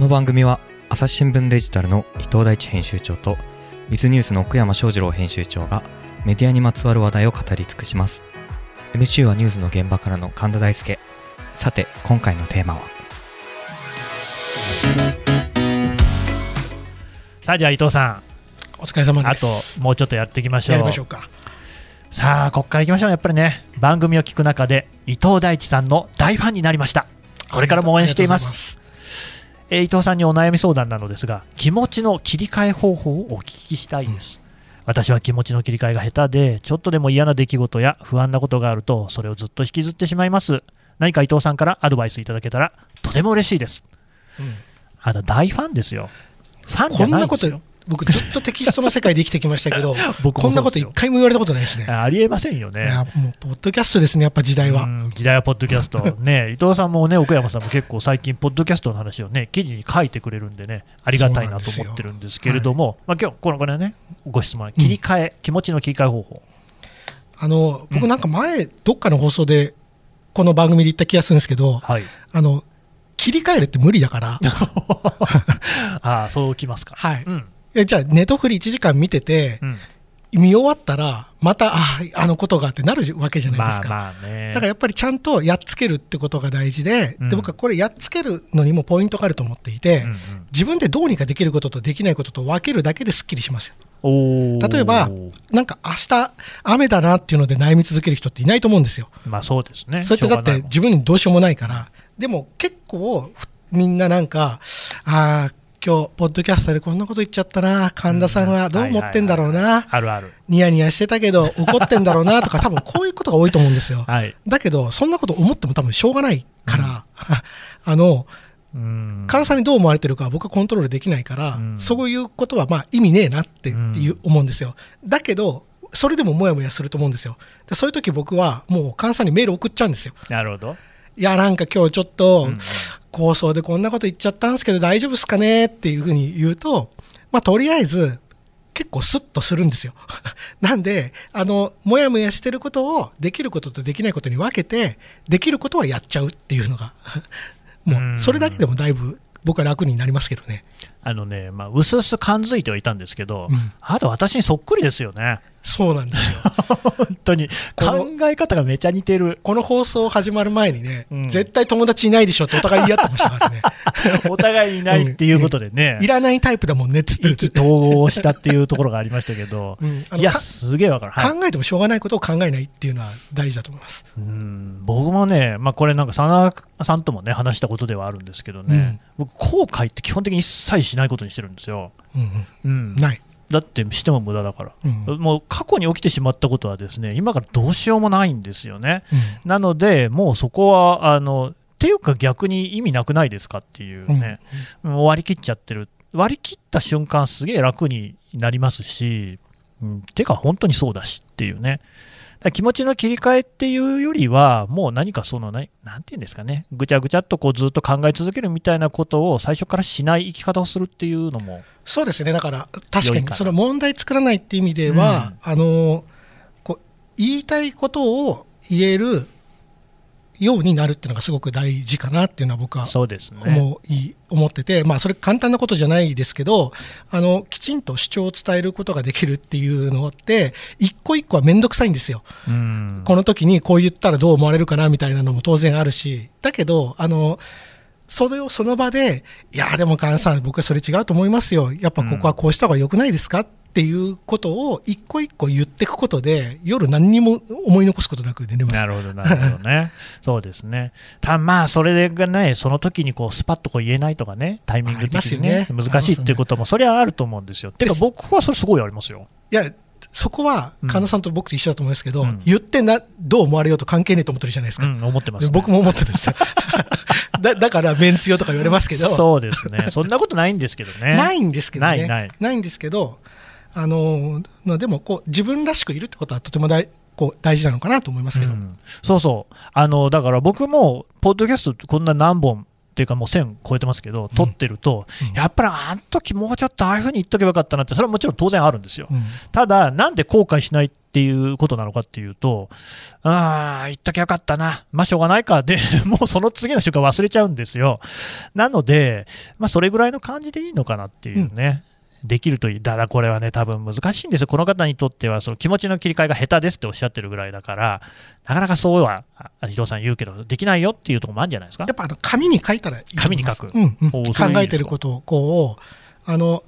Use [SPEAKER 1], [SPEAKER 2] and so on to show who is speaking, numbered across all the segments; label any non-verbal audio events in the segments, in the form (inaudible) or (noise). [SPEAKER 1] の番組は朝日新聞デジタルの伊藤大地編集長とウィズニュースの奥山翔二郎編集長がメディアにまつわる話題を語り尽くします MC はニュースの現場からの神田大輔さて今回のテーマは
[SPEAKER 2] さあじゃあ伊藤さ
[SPEAKER 3] お疲れ様
[SPEAKER 2] んあ
[SPEAKER 3] で
[SPEAKER 2] と
[SPEAKER 3] す。
[SPEAKER 2] もうちょっとやっていきましょ
[SPEAKER 3] や
[SPEAKER 2] う
[SPEAKER 3] りましょうか。
[SPEAKER 2] さあここからいきましょうやっぱりね番組を聞く中で伊藤大地さんの大ファンになりましたこれからも応援していますえー伊藤さんにお悩み相談なのですが気持ちの切り替え方法をお聞きしたいです、私は気持ちの切り替えが下手でちょっとでも嫌な出来事や不安なことがあるとそれをずっと引きずってしまいます何か伊藤さんからアドバイスいただけたらとても嬉しいです
[SPEAKER 3] ありがとうございます。
[SPEAKER 2] あなた大ファンですよファンじ
[SPEAKER 3] う
[SPEAKER 2] ゃ
[SPEAKER 3] んこん
[SPEAKER 2] ない
[SPEAKER 3] な
[SPEAKER 2] で
[SPEAKER 3] んこ
[SPEAKER 2] す
[SPEAKER 3] と
[SPEAKER 2] よ
[SPEAKER 3] 僕ずっとテキストの世界で生きてきましたけど、
[SPEAKER 2] (laughs) 僕
[SPEAKER 3] こ
[SPEAKER 2] も
[SPEAKER 3] ん
[SPEAKER 2] そ
[SPEAKER 3] な
[SPEAKER 2] うで
[SPEAKER 3] こ
[SPEAKER 2] す
[SPEAKER 3] と
[SPEAKER 2] よ
[SPEAKER 3] 一回も言われたことないですね。
[SPEAKER 2] あありえませんよ
[SPEAKER 3] い
[SPEAKER 2] ね
[SPEAKER 3] やもうポッドキャストですねやっぱ時代は。
[SPEAKER 2] うん時代はポッドキャ
[SPEAKER 3] (laughs)
[SPEAKER 2] スト、ね、伊藤さんもね、奥山さんも結構最近、ポッドキャストの話をね、記事に書いてくれるんでね、ありがたいなと思ってるんですけれども、まあ今日このこれね、ご質問、切り替え、気持ちの切り替え方法、
[SPEAKER 3] あの僕なんか前どっかの放送でこの番組で言った気がするんですけど、
[SPEAKER 2] はい、
[SPEAKER 3] (laughs) あの切り替えるって無理だから、
[SPEAKER 2] ああ、そうきますか。
[SPEAKER 3] はい
[SPEAKER 2] うん
[SPEAKER 3] えじゃあネットフリ1時間見てて
[SPEAKER 2] う、ん、
[SPEAKER 3] 見終わったらまたああのことがってなるわけじゃないで
[SPEAKER 2] ますあ
[SPEAKER 3] か。
[SPEAKER 2] まあね、
[SPEAKER 3] だからやっぱりちゃんとやっつけるってことが大事で,、
[SPEAKER 2] うん
[SPEAKER 3] で僕はこれやっつけるのにもポイントがあると思っていて、
[SPEAKER 2] うんうん
[SPEAKER 3] 自分でどうにかできることとできないことと分けるだけですっきりしますよ
[SPEAKER 2] おー
[SPEAKER 3] 例えばなんか明日雨だなっていうので悩み続ける人っていないと思うんですよ
[SPEAKER 2] まあそうですね、
[SPEAKER 3] それってだ
[SPEAKER 2] しょう
[SPEAKER 3] っ
[SPEAKER 2] がない
[SPEAKER 3] て
[SPEAKER 2] もん
[SPEAKER 3] 自分にどうしようもないからでも結構ふみんななんかああ今日ポッドキャストでこんなこと言っちゃったな神田さんはどう思ってんだろうな
[SPEAKER 2] あるある、
[SPEAKER 3] ニヤニヤしてたけ
[SPEAKER 2] (laughs)
[SPEAKER 3] ど怒ってんだろうなとか多分こういうことが多いと思うんですよ
[SPEAKER 2] はい、
[SPEAKER 3] だけど、そんなこと思っても多分しょうがないから、 (laughs) あの、
[SPEAKER 2] うん
[SPEAKER 3] 神田さんにどう思われてるかは僕はコントロールできないから、
[SPEAKER 2] うん
[SPEAKER 3] そういうことはまあ意味ねえなって,、
[SPEAKER 2] うん
[SPEAKER 3] っていう思うんですよ。だけど、それでもモヤモヤすると思うんですよ。でそういう時僕はもう神田さんにメール送っちゃうんですよ。
[SPEAKER 2] なるほど、
[SPEAKER 3] いや、なんか今日ちょっと
[SPEAKER 2] うん
[SPEAKER 3] 構想でこんなこと言っちゃったんですけど大丈夫ですかねっていうふうに言うと、まあとりあえず結構スッとするんですよ。 (laughs) なんで、あの、もやもやしてることをできることとできないことに分けて、できることはやっちゃうっていうのが、 (laughs)
[SPEAKER 2] う
[SPEAKER 3] も
[SPEAKER 2] ん
[SPEAKER 3] うそれだけでもだいぶ僕は楽になりますけどね。
[SPEAKER 2] あのね、まあ、うすうす感づいてはいたんですけど、
[SPEAKER 3] うん
[SPEAKER 2] あと私にそっくりですよね、
[SPEAKER 3] そうなんですよ。 (laughs)
[SPEAKER 2] 本当に
[SPEAKER 3] この
[SPEAKER 2] 考え方がめちゃ似て
[SPEAKER 3] (laughs)
[SPEAKER 2] る、
[SPEAKER 3] この放送始まる前にね、
[SPEAKER 2] うん
[SPEAKER 3] 絶対友達いないでしょってお互い言い合ってましたから (laughs) ね。
[SPEAKER 2] お互いにないっていうことでね、
[SPEAKER 3] いらないタイプだもんねっつってる
[SPEAKER 2] 意気投合したっていうところがありましたけど、
[SPEAKER 3] うんあの
[SPEAKER 2] いや、
[SPEAKER 3] か
[SPEAKER 2] すげえわかる、はい
[SPEAKER 3] 考えてもしょうがないことを考えないっていうのは大事だと思います。
[SPEAKER 2] うん僕もね、まあ、これ、なんか、佐野さんともね、話したことではあるんですけどね、僕、後悔って基本的に一切しないことにしてるんですよ。
[SPEAKER 3] うん
[SPEAKER 2] うん
[SPEAKER 3] うん、ない。
[SPEAKER 2] だってしても無駄だから、
[SPEAKER 3] うんうん
[SPEAKER 2] もう過去に起きてしまったことはですね今からどうしようもないんですよね、なので、もうそこは、あのっていうか逆に意味なくないですかっていうね、もう割り切っちゃってる、割り切った瞬間、すげえ楽になりますし、うん、てか、本当にそうだしっていうね。だから気持ちの切り替えっていうよりは、もう何かそのね、なんていうんですかね、ぐちゃぐちゃっとこうずっと考え続けるみたいなことを最初からしない生き方をするっていうのも、
[SPEAKER 3] そうですね、だから確
[SPEAKER 2] 良
[SPEAKER 3] か
[SPEAKER 2] い
[SPEAKER 3] に
[SPEAKER 2] かな
[SPEAKER 3] その問題作らないって意味では、あのこう言いたいことを言えるようになるっていうのがすごく大事かなっていうのは僕は
[SPEAKER 2] そうですね。
[SPEAKER 3] 思い、思ってて、まあ、それ簡単なことじゃないですけどあのきちんと主張を伝えることができるっていうのって一個一個は面倒くさいんですよ。
[SPEAKER 2] うん
[SPEAKER 3] この時にこう言ったらどう思われるかなみたいなのも当然あるし、だけど、あの、それをその場で、いや、でも菅さん、僕はそれ違うと思いますよ。やっぱここはこうした方が良くないですか、っていうことを一個一個言っていくことで、夜何にも思い残すことなく寝れます。
[SPEAKER 2] なるほど、なるほど
[SPEAKER 3] (laughs)
[SPEAKER 2] ね。そうですね。たまあ、それがね、その時にこうスパッとこう言えないとかね、タイミング的にね
[SPEAKER 3] あ、りますよね
[SPEAKER 2] 難しいっていうことも、それはあると思うんですよ。てか
[SPEAKER 3] で、す
[SPEAKER 2] 僕はそれすごいありますよ。
[SPEAKER 3] いや、そこは
[SPEAKER 2] うん
[SPEAKER 3] 神田さんと僕と一緒だと思うんですけど、
[SPEAKER 2] うん
[SPEAKER 3] 言ってな、どう思われようと関係ねえと思ってるじゃないです
[SPEAKER 2] う
[SPEAKER 3] か。
[SPEAKER 2] ん、思ってます、ね。
[SPEAKER 3] 僕も思ってる
[SPEAKER 2] (laughs)
[SPEAKER 3] んですよ。だ (laughs) だから、メンツよとか言われますけど、
[SPEAKER 2] そうです
[SPEAKER 3] (laughs)
[SPEAKER 2] ね。そんなことないんですけどね。
[SPEAKER 3] ないんですけどね。
[SPEAKER 2] ないない
[SPEAKER 3] んですけど、あののでもこう自分らしくいるってことはとても大こう大事なのかなと思いますけど、
[SPEAKER 2] うんそうそうあのだから僕もポッドキャストこんな何本っていうかもう1000超えてますけど撮ってると、
[SPEAKER 3] うん
[SPEAKER 2] やっぱりあの時もうちょっとああいうふうに言っとけばよかったなってそれはもちろん当然あるんですよ、
[SPEAKER 3] うん
[SPEAKER 2] ただなんで後悔しないっていうことなのかっていうと、ああ、言っときゃよかったな、まあ、しょうがないか、で、 (laughs) もうその次の週間忘れちゃうんですよ。なので、まあ、それぐらいの感じでいいのかなっていうね。できるといい、だだこれはね、多分難しいんですよ、この方にとっては、その気持ちの切り替えが下手ですっておっしゃってるぐらいだから、なかなかそうは、あ伊藤さん言うけど、できないよっていうところもあるんじゃないですか
[SPEAKER 3] や。っぱあの紙に書いたらいいと思います
[SPEAKER 2] 紙に
[SPEAKER 3] う
[SPEAKER 2] 書
[SPEAKER 3] んうん
[SPEAKER 2] おーそれいいです
[SPEAKER 3] 考えてることをこうあの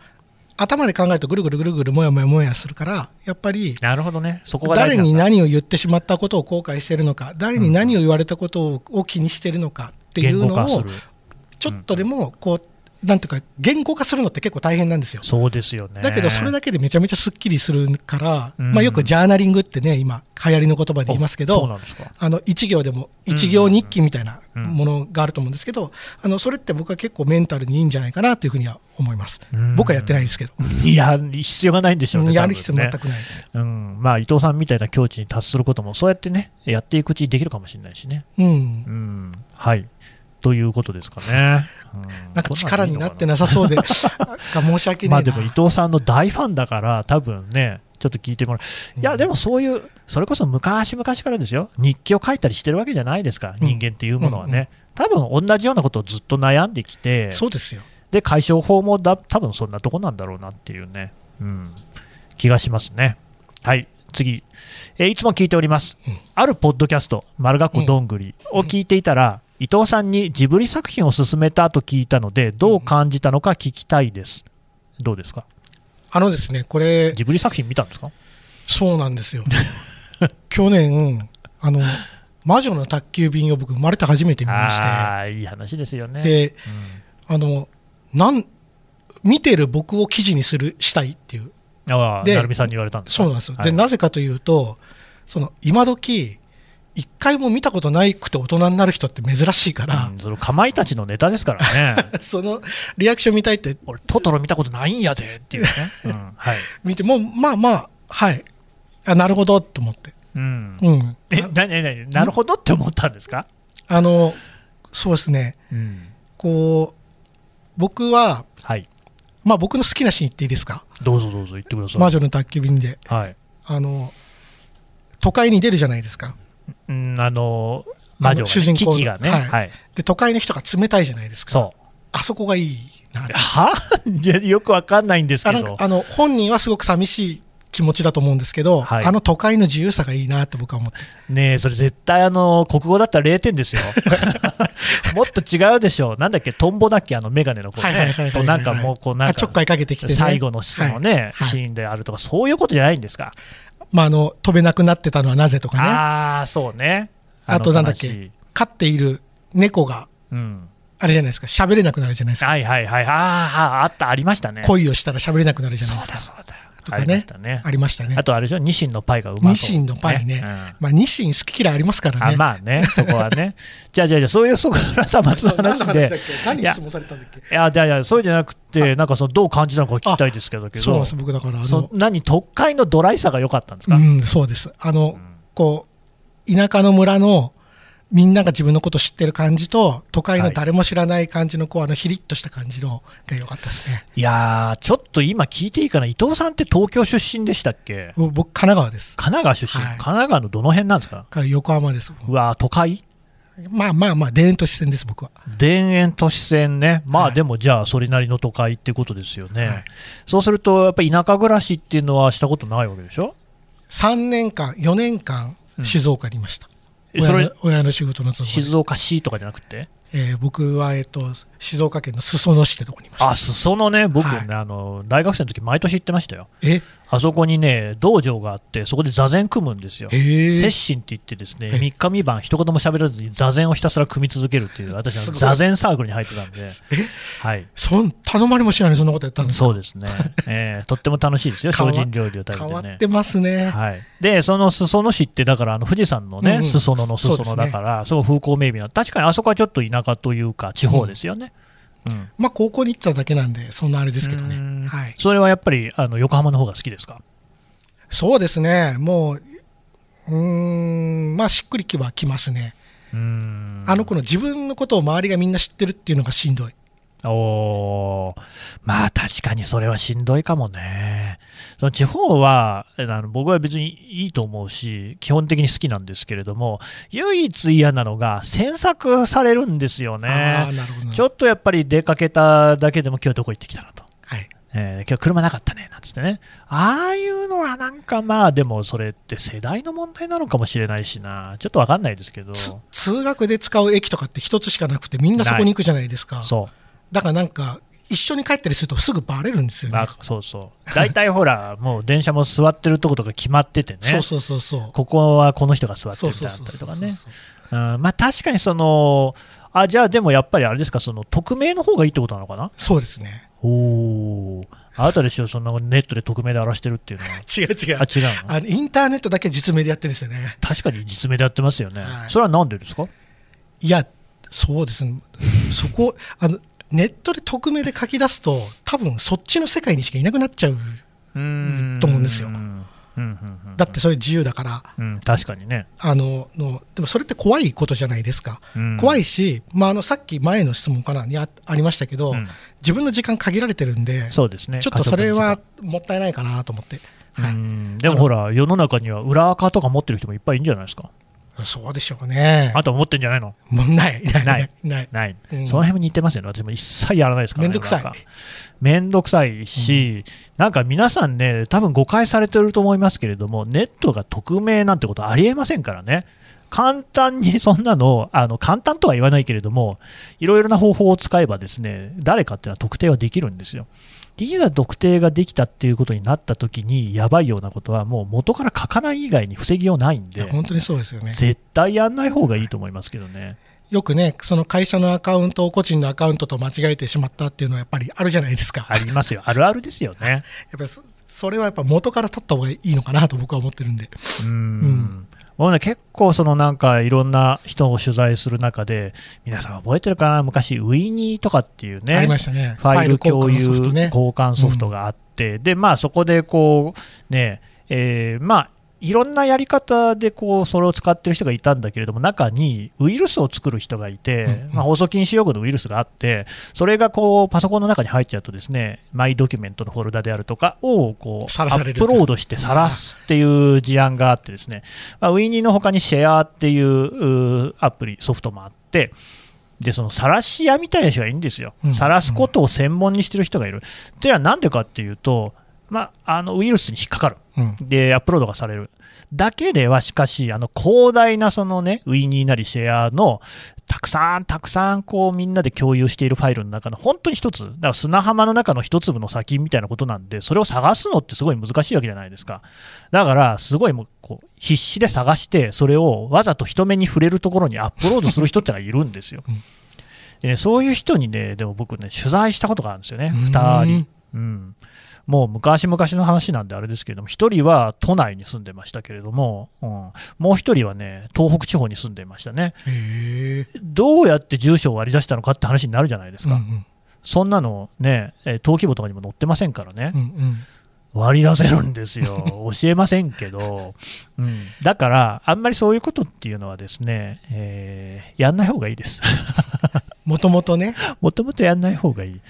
[SPEAKER 3] 頭で考えるとぐるぐるぐるぐるもやもやもやするからやっぱり
[SPEAKER 2] なるほどね、そこが大
[SPEAKER 3] 誰
[SPEAKER 2] 事なん
[SPEAKER 3] に
[SPEAKER 2] だ
[SPEAKER 3] 何を言ってしまったことを後悔してるのか誰に何を言われたことを気にしてるのかっていう
[SPEAKER 2] 言
[SPEAKER 3] の
[SPEAKER 2] 語化す
[SPEAKER 3] を
[SPEAKER 2] る。
[SPEAKER 3] ちょっとでもこうなんていうか言語化するのって結構大変なんですよ。
[SPEAKER 2] そうですよね。
[SPEAKER 3] だけどそれだけでめちゃめちゃすっきりするから、
[SPEAKER 2] うん
[SPEAKER 3] まあ、よくジャーナリングってね今流行りの言葉で言いますけ
[SPEAKER 2] そう
[SPEAKER 3] ど
[SPEAKER 2] なんですか。
[SPEAKER 3] あの1行でも1行日記みたいなものがあると思うんですけどあのそれって僕は結構メンタルにいいんじゃないかなというふうには思います
[SPEAKER 2] うん
[SPEAKER 3] 僕はやってないですけど
[SPEAKER 2] (laughs) いや、必要がないんでしょうね。
[SPEAKER 3] やる必要
[SPEAKER 2] 多分
[SPEAKER 3] 全
[SPEAKER 2] ね
[SPEAKER 3] くない
[SPEAKER 2] うん、まあ伊藤さんみたいな境地に達することも、そうやってね、やっていくうちにできるかもしれないしね。
[SPEAKER 3] うん
[SPEAKER 2] うん、はい。ということですか
[SPEAKER 3] (laughs)
[SPEAKER 2] ね。う
[SPEAKER 3] なんか力になって
[SPEAKER 2] い
[SPEAKER 3] なさそうでなんか申し訳
[SPEAKER 2] ま
[SPEAKER 3] な
[SPEAKER 2] あ
[SPEAKER 3] い
[SPEAKER 2] で
[SPEAKER 3] な
[SPEAKER 2] も伊藤さんの大ファンだから、多分ね、ちょっと聞いてもらう。いや、でもそういう、それこそ昔々からですよ、日記を書いたりしてるわけじゃないですか、
[SPEAKER 3] うん
[SPEAKER 2] 人間っていうものはね。多分同じようなことをずっと悩んできて、
[SPEAKER 3] そうですよ
[SPEAKER 2] で解消法もだ多分そんなとこなんだろうなっていうね、うん、気がしますね。はい次、えーいつも聞いております、あるポッドキャスト、丸学校どんぐりを聞いていたら、伊藤さんにジブリ作品を勧めたと聞いたので、どう感じたのか聞きたいです。どうですか
[SPEAKER 3] あのですねこれ
[SPEAKER 2] ジブリ作品見たんですか
[SPEAKER 3] そうなん
[SPEAKER 2] (laughs)
[SPEAKER 3] ですよ去年あの魔女の宅急便を僕生まれて初めて見まして
[SPEAKER 2] ああー、いい話ですよね。
[SPEAKER 3] で、
[SPEAKER 2] う
[SPEAKER 3] あのなん見てる僕を記事にするしたいっていう
[SPEAKER 2] ああ、
[SPEAKER 3] で
[SPEAKER 2] 成美さんに言われたんですか
[SPEAKER 3] そうなんですよ、
[SPEAKER 2] はい
[SPEAKER 3] でなぜかというとその今時一回も見たことないくて大人になる人って珍しいから、
[SPEAKER 2] うんそのかまいたちのネタですから
[SPEAKER 3] (laughs)
[SPEAKER 2] ね。
[SPEAKER 3] そのリアクション見たいって
[SPEAKER 2] 俺、トトロ見たことないんやでっていうね。うん、はい。
[SPEAKER 3] 見てもうまあまあはいあなるほどと思って
[SPEAKER 2] うん。
[SPEAKER 3] うん
[SPEAKER 2] え、な、な、な、なるほどって思ったんですか。
[SPEAKER 3] あのそうですねこう僕は
[SPEAKER 2] はい。
[SPEAKER 3] まあ僕の好きなシーン言っていいですか
[SPEAKER 2] どうぞどうぞ言ってください。
[SPEAKER 3] 魔女の宅急便で
[SPEAKER 2] はい。
[SPEAKER 3] あの都会に出るじゃないですか
[SPEAKER 2] うん、あのー、魔女が、ね、
[SPEAKER 3] あの主人公
[SPEAKER 2] キキがね、は。
[SPEAKER 3] はいいで都会の人が冷たいじゃないですか
[SPEAKER 2] そう。
[SPEAKER 3] あそこがいいな
[SPEAKER 2] (laughs) はじゃあよくわかんないんです
[SPEAKER 3] あ
[SPEAKER 2] け
[SPEAKER 3] なん
[SPEAKER 2] ど
[SPEAKER 3] か。あの本人はすごく寂しい気持ちだと思うんですけど、
[SPEAKER 2] はい
[SPEAKER 3] あの都会の自由さがいいなって僕は思って
[SPEAKER 2] ねえ、それ絶対あのー、国語だったら0点ですよ。
[SPEAKER 3] (laughs)
[SPEAKER 2] もっと違うでしょう。なんだっけ、トンボだっけ、あの、メガネの子
[SPEAKER 3] はいはいはいは
[SPEAKER 2] ね
[SPEAKER 3] い。
[SPEAKER 2] と、なんかもう、こう、なん
[SPEAKER 3] あちょ
[SPEAKER 2] か
[SPEAKER 3] っ。かいかけてきて、ね、
[SPEAKER 2] 最後のそのね、
[SPEAKER 3] はい
[SPEAKER 2] シーンであるとか、そういうことじゃないんですか。
[SPEAKER 3] まあ、あの飛べなくなってたのはなぜとかねあ
[SPEAKER 2] ああ、そうね。の
[SPEAKER 3] となんだっ
[SPEAKER 2] 悲し
[SPEAKER 3] け
[SPEAKER 2] い
[SPEAKER 3] 飼っている猫が
[SPEAKER 2] うん。
[SPEAKER 3] あれじゃないですか喋れなくなるじゃないですか
[SPEAKER 2] はいはいはい。ああ、あった、ありましたね。
[SPEAKER 3] 恋をしたら喋れなくなるじゃない
[SPEAKER 2] そ
[SPEAKER 3] で
[SPEAKER 2] う
[SPEAKER 3] すか
[SPEAKER 2] だそうだ。
[SPEAKER 3] と
[SPEAKER 2] あ
[SPEAKER 3] か
[SPEAKER 2] りま
[SPEAKER 3] ね
[SPEAKER 2] したね。
[SPEAKER 3] ありましたね
[SPEAKER 2] あとあれでしょ、ニシンのパイがうまそう。
[SPEAKER 3] ニシンのパイね
[SPEAKER 2] うん
[SPEAKER 3] まあ、ニシン好き嫌いありますから
[SPEAKER 2] あ
[SPEAKER 3] ね、
[SPEAKER 2] まあね、そこはね。 (laughs) じゃあじゃあじゃあ、そういうそこからさ、松の話で。
[SPEAKER 3] 何
[SPEAKER 2] いや
[SPEAKER 3] 質問されたんだっけ
[SPEAKER 2] いや、じゃあじゃあそうじゃなくて、なんかその、どう感じたのか聞きたいですけど、け
[SPEAKER 3] そうなん
[SPEAKER 2] ど
[SPEAKER 3] です僕だからあ
[SPEAKER 2] そ
[SPEAKER 3] の
[SPEAKER 2] 何、特会のドライさが良かったんですか
[SPEAKER 3] うん、そうです。あの、こう、田舎の村の、みんなが自分のこと知ってる感じと、都会
[SPEAKER 2] は
[SPEAKER 3] の
[SPEAKER 2] い
[SPEAKER 3] 誰も知らない感じの、こう、あの、ヒリッとした感じのが良かったですね。
[SPEAKER 2] いやー、ちょっと今聞いていいかな、伊藤さんって東京出身でしたっけ
[SPEAKER 3] ぼ僕、神奈川です。
[SPEAKER 2] 神奈川出身、
[SPEAKER 3] はい
[SPEAKER 2] 神奈川のどの辺なんですか
[SPEAKER 3] から横浜です。
[SPEAKER 2] うわー、都会
[SPEAKER 3] まあまあまあ、田園都市線です、僕は。
[SPEAKER 2] 田園都市線ね、まあ
[SPEAKER 3] はい
[SPEAKER 2] でもじゃあ、それなりの都会ってことですよね、
[SPEAKER 3] はい
[SPEAKER 2] そうすると、やっぱり田舎暮らしっていうのはしたことないわけでしょ、
[SPEAKER 3] 3年間、4年間、静岡にいました。
[SPEAKER 2] え
[SPEAKER 3] 親
[SPEAKER 2] そ
[SPEAKER 3] の
[SPEAKER 2] れ、
[SPEAKER 3] 親の仕事の都合で、
[SPEAKER 2] 静岡市とかじゃなくて、
[SPEAKER 3] えー僕は、えっと、静岡県の裾野市ってとこにいました。
[SPEAKER 2] あ裾野ね、僕ね、
[SPEAKER 3] はい
[SPEAKER 2] あの大学生の時毎年行ってましたよ、
[SPEAKER 3] え
[SPEAKER 2] あそこにね、道場があって、そこで座禅組むんですよ。
[SPEAKER 3] え
[SPEAKER 2] 接
[SPEAKER 3] ー、
[SPEAKER 2] 心って言ってですね、
[SPEAKER 3] え
[SPEAKER 2] 3日、三晩、一言も喋らずに座禅をひたすら組み続けるって
[SPEAKER 3] (laughs)
[SPEAKER 2] いう、私、あ
[SPEAKER 3] す
[SPEAKER 2] の
[SPEAKER 3] ごい
[SPEAKER 2] 座禅サークルに入ってた
[SPEAKER 3] (laughs)
[SPEAKER 2] んで、はい、
[SPEAKER 3] そん、頼まれもしないのにそんなことやったんですか
[SPEAKER 2] そうですね、えーとっても楽しいですよ、
[SPEAKER 3] 変
[SPEAKER 2] 精
[SPEAKER 3] わ
[SPEAKER 2] 進料理を食べて
[SPEAKER 3] 変
[SPEAKER 2] ね。
[SPEAKER 3] わってますね。
[SPEAKER 2] はい、でその裾野市ってだからあの富士山のね、
[SPEAKER 3] うんうん
[SPEAKER 2] 裾野の裾
[SPEAKER 3] そうで
[SPEAKER 2] 野
[SPEAKER 3] す
[SPEAKER 2] だ
[SPEAKER 3] ね
[SPEAKER 2] からすごい風光明媚な確かにあそこはちょっと田舎というか地方ですよね、うん
[SPEAKER 3] まあ、高校に行ってただけなんで、そんなあれですけど
[SPEAKER 2] う
[SPEAKER 3] ね。
[SPEAKER 2] ん
[SPEAKER 3] はい、
[SPEAKER 2] それはやっぱりあの横浜の方が好きですか
[SPEAKER 3] そうですね、もう、うーん、まあ、しっくりきはきますね。
[SPEAKER 2] うん
[SPEAKER 3] あの子の自分のことを周りがみんな知ってるっていうのがしんどい。
[SPEAKER 2] おーまあ確かにそれはしんどいかもね。その地方はあの僕は別にいいと思うし基本的に好きなんですけれども唯一嫌なのが詮索されるんですよ
[SPEAKER 3] ああ
[SPEAKER 2] ね。
[SPEAKER 3] なるほどな
[SPEAKER 2] ちょっとやっぱり出かけただけでも今日どこ行ってきたのと。
[SPEAKER 3] はい
[SPEAKER 2] えー今日車なかったねなんつってね、ああいうのはなんかまあ、でもそれって世代の問題なのかもしれないしな、ちょっとわかんないですけど、
[SPEAKER 3] つ通学で使う駅とかって一つしかなくてみんなそこに行くじゃないですか
[SPEAKER 2] そ
[SPEAKER 3] だからなんか一緒に帰ったりするとすぐバレるんです
[SPEAKER 2] う、
[SPEAKER 3] よね
[SPEAKER 2] あそうそう、大体ほら、もう電車も座ってるとことか決まっててね、
[SPEAKER 3] そうそうそうそう
[SPEAKER 2] ここはこの人が座って
[SPEAKER 3] そう
[SPEAKER 2] るみた
[SPEAKER 3] そ
[SPEAKER 2] いうなのあ
[SPEAKER 3] そ
[SPEAKER 2] っ
[SPEAKER 3] う
[SPEAKER 2] たり
[SPEAKER 3] そ
[SPEAKER 2] と
[SPEAKER 3] う
[SPEAKER 2] か
[SPEAKER 3] そう
[SPEAKER 2] ね、うんまあ確かにその、あじゃあでもやっぱりあれですか、その匿名の方がいいってことなのかな、
[SPEAKER 3] そうですね
[SPEAKER 2] おー、あなたでしょ、そんなネットで匿名で荒らしてるっていうのは、
[SPEAKER 3] 違う違
[SPEAKER 2] あ
[SPEAKER 3] う
[SPEAKER 2] 違うの
[SPEAKER 3] あのインターネットだけ実名でやってるんですよね
[SPEAKER 2] 確かに実名でやってますよね、
[SPEAKER 3] はい
[SPEAKER 2] それはなんでですか
[SPEAKER 3] いやそうですねそこあのネットで匿名で書き出すと多分そっちの世界にしかいなくなっちゃう
[SPEAKER 2] と
[SPEAKER 3] と思うんですよ
[SPEAKER 2] だ
[SPEAKER 3] だってそれ自由だから
[SPEAKER 2] うん、確かにね、
[SPEAKER 3] あののでもそれって怖いことじゃないですか
[SPEAKER 2] うん
[SPEAKER 3] 怖いし、まあ、あのさっき前の質問かなにあありましたけど、
[SPEAKER 2] うん
[SPEAKER 3] 自分の時間限られてるんで、ちょ
[SPEAKER 2] そうですね
[SPEAKER 3] っとそれは
[SPEAKER 2] 家
[SPEAKER 3] もったいないかなと思って、
[SPEAKER 2] 族の時間
[SPEAKER 3] はい
[SPEAKER 2] うんでもほら世の中には裏垢とか持ってる人もいっぱいいるんじゃないですか
[SPEAKER 3] そうでしょうね。
[SPEAKER 2] あとは持ってんじゃないの
[SPEAKER 3] もうない、な
[SPEAKER 2] な
[SPEAKER 3] い、ないい、ない。
[SPEAKER 2] ない、
[SPEAKER 3] うん
[SPEAKER 2] その辺も似てますよね私も一切やらないですから、ね、
[SPEAKER 3] めんどくさい
[SPEAKER 2] 裏垢めんどくさいし、なんか皆さんね多分誤解されてると思いますけれどもネットが匿名なんてことありえませんからね簡単にそんなのあの簡単とは言わないけれどもいろいろな方法を使えばですね誰かっていうのは特定はできるんですよいざ特定ができたっていうことになった時にやばいようなことはもう元から書かない以外に防ぎようないん
[SPEAKER 3] いや
[SPEAKER 2] で
[SPEAKER 3] 本当にそうですよね。
[SPEAKER 2] 絶対やんない方がいいと思いますけどね
[SPEAKER 3] よくね、その会社のアカウントを個人のアカウントと間違えてしまったっていうのはやっぱりあるじゃないですか。
[SPEAKER 2] ありますよあるあるですよね
[SPEAKER 3] やっぱりそそれはやっぱ元から取った方がいいのかなと僕は思ってるんで。
[SPEAKER 2] うん
[SPEAKER 3] ん
[SPEAKER 2] 僕ね結構そのなんかいろんな人を取材する中で皆さん覚えてるかな昔ウィニーとかっていう
[SPEAKER 3] ありま
[SPEAKER 2] ね
[SPEAKER 3] したね。
[SPEAKER 2] ファイル共有
[SPEAKER 3] ファイル交換ソフトね。
[SPEAKER 2] 交換ソフトがあって、でまあそこでこうねえーまあいろんなやり方でこうそれを使ってる人がいたんだけれども中にウイルスを作る人がいて、
[SPEAKER 3] うんうん
[SPEAKER 2] まあ、放送禁止用語のウイルスがあってそれがこうパソコンの中に入っちゃうとですねマイドキュメントのフォルダであるとかをこう
[SPEAKER 3] さら
[SPEAKER 2] ア
[SPEAKER 3] され
[SPEAKER 2] ッ
[SPEAKER 3] る
[SPEAKER 2] プロードして晒すっていう事案があってですね、まあ、ウィニーの他にシェアっていううーアプリソフトもあってでその晒し屋みたいな人がいるんですよ
[SPEAKER 3] うん
[SPEAKER 2] 晒すことを専門にしてる人がいる、ってのはなんでかっていうと、まあ、あのウイルスに引っかかる
[SPEAKER 3] うん
[SPEAKER 2] でアップロードがされるだけではしかしあの広大なそのねウィニーなりシェアのたくさんたくさんこうみんなで共有しているファイルの中の本当に一つだから砂浜の中の一粒の先みたいなことなんでそれを探すのってすごい難しいわけじゃないですかだからすごいもうこう必死で探してそれをわざと人目に触れるところにアップロードする人ってのがいるんですよ
[SPEAKER 3] うん
[SPEAKER 2] でねそういう人にねでも僕ね取材したことがあるんですよね
[SPEAKER 3] うん
[SPEAKER 2] 2人うん、もう昔々の話なんであれですけれども、1人は都内に住んでましたけれども、うん、もう1人はね、東北地方に住んでましたね、
[SPEAKER 3] へえ。
[SPEAKER 2] どうやって住所を割り出したのかって話になるじゃないです
[SPEAKER 3] うん
[SPEAKER 2] か、
[SPEAKER 3] うん
[SPEAKER 2] そんなのね、えー登記簿とかにも載ってませんからね
[SPEAKER 3] う、んうん
[SPEAKER 2] 割り出せるんですよ、 (laughs) 教えませんけど、うん、だから、あんまりそういうことっていうのはですね、えーやんない方がいいです。 (laughs)
[SPEAKER 3] もともとね、
[SPEAKER 2] もともとやんない方がいい。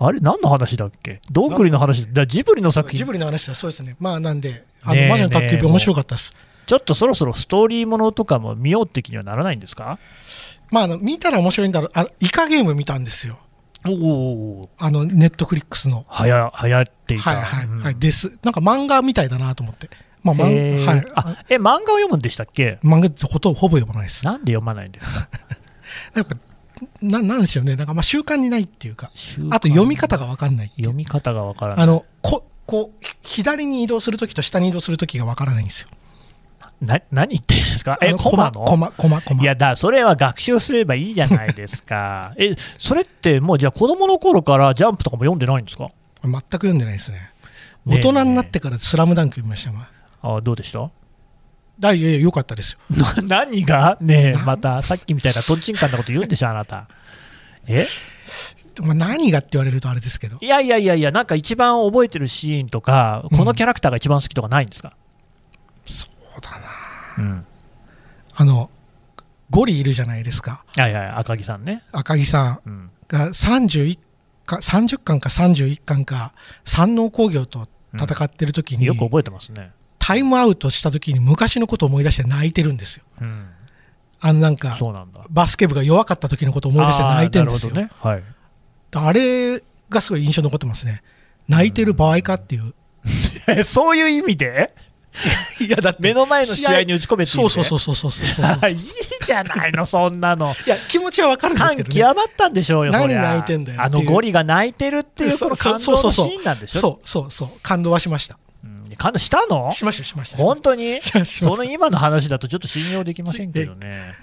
[SPEAKER 2] あれ、何の話だっけどんぐりの話、だからジブリの作品
[SPEAKER 3] ジブリの話だ、そうですね。まあなんで、あ
[SPEAKER 2] ねえ
[SPEAKER 3] の、魔女の宅急
[SPEAKER 2] ねえ
[SPEAKER 3] 便面白かったです。
[SPEAKER 2] ちょっとそろそろストーリーものとかも見ようって気にはならないんですか
[SPEAKER 3] まああの、見たら面白いんだろう。あの、イカゲーム見たんですよ。
[SPEAKER 2] おお
[SPEAKER 3] あの、ネットフリックスの。
[SPEAKER 2] はや流行っていた、
[SPEAKER 3] はいはい
[SPEAKER 2] うん
[SPEAKER 3] はい。です。なんか漫画みたいだなと思って。まあ、漫
[SPEAKER 2] へー
[SPEAKER 3] 画、はい。
[SPEAKER 2] あえ漫画を読むんでしたっけ
[SPEAKER 3] 漫画ってほとんどほぼ読まないです。
[SPEAKER 2] なんで読まないんですか
[SPEAKER 3] やっぱ、ななんでしょうね。なんかまあ習慣にないっていうか。
[SPEAKER 2] 習慣
[SPEAKER 3] あと読み方がわかんない。
[SPEAKER 2] 読み方がわからない
[SPEAKER 3] あの、こ、こう、左に移動するときと下に移動するときがわからないんですよ。
[SPEAKER 2] な何言ってるんですかえ
[SPEAKER 3] あの
[SPEAKER 2] コマの
[SPEAKER 3] コマ、コマ、コマ。
[SPEAKER 2] いやだそれは学習すればいいじゃないですかえそれってもうじゃあ子供の頃からジャンプとかも読んでないんですか
[SPEAKER 3] 全く読んでないですね。
[SPEAKER 2] ねえ
[SPEAKER 3] 大人になってからスラムダンク読みましたわ。
[SPEAKER 2] あどうでした (laughs)
[SPEAKER 3] だいやいや、よかったですよ。
[SPEAKER 2] な何がねえまたさっきみたいなとんちんかんなこと言うんでしょあなたえ
[SPEAKER 3] まあ、何がって言われるとあれですけど。
[SPEAKER 2] いやいやいやいや、なんか一番覚えてるシーンとか、このキャラクターが一番好きとかないんですか、
[SPEAKER 3] そうだな。
[SPEAKER 2] うん、
[SPEAKER 3] あの、ゴリいるじゃないですか。
[SPEAKER 2] いやいや、赤木さんね。
[SPEAKER 3] 赤木さん
[SPEAKER 2] うん、
[SPEAKER 3] が31巻30巻か31巻か山王工業と戦ってる時に、
[SPEAKER 2] よく覚えてますね。
[SPEAKER 3] タイムアウトした時に昔のことを思い出して泣いてるんですよ。
[SPEAKER 2] うん、
[SPEAKER 3] あのなんか
[SPEAKER 2] そうなんだ。
[SPEAKER 3] バスケ部が弱かった時のことを思い出して泣いてるんですよ。
[SPEAKER 2] あーなるほどね。はい。
[SPEAKER 3] あれがすごい印象に残ってますね。泣いてる場合かっていう。 (laughs)
[SPEAKER 2] えそういう意味で
[SPEAKER 3] いやだって
[SPEAKER 2] (laughs) 目の前の試合に打ち込めていい
[SPEAKER 3] そうそうそううそうそうそうそう。
[SPEAKER 2] (laughs) いいじゃないのそんなの
[SPEAKER 3] いや気持ちはわかるんです
[SPEAKER 2] 感
[SPEAKER 3] けど、
[SPEAKER 2] 極
[SPEAKER 3] ね。
[SPEAKER 2] まったんでしょうよそりゃ
[SPEAKER 3] 何泣いてんだよ
[SPEAKER 2] あ
[SPEAKER 3] って
[SPEAKER 2] の
[SPEAKER 3] いう
[SPEAKER 2] ゴリが泣いてるっていうこの感動のシーンなんでしょ
[SPEAKER 3] そうそうそう感動はしました。
[SPEAKER 2] うん感動したの
[SPEAKER 3] しましたしました。
[SPEAKER 2] 本当に
[SPEAKER 3] しまし
[SPEAKER 2] そ
[SPEAKER 3] ました
[SPEAKER 2] の今の話だとちょっと信用できませんけどね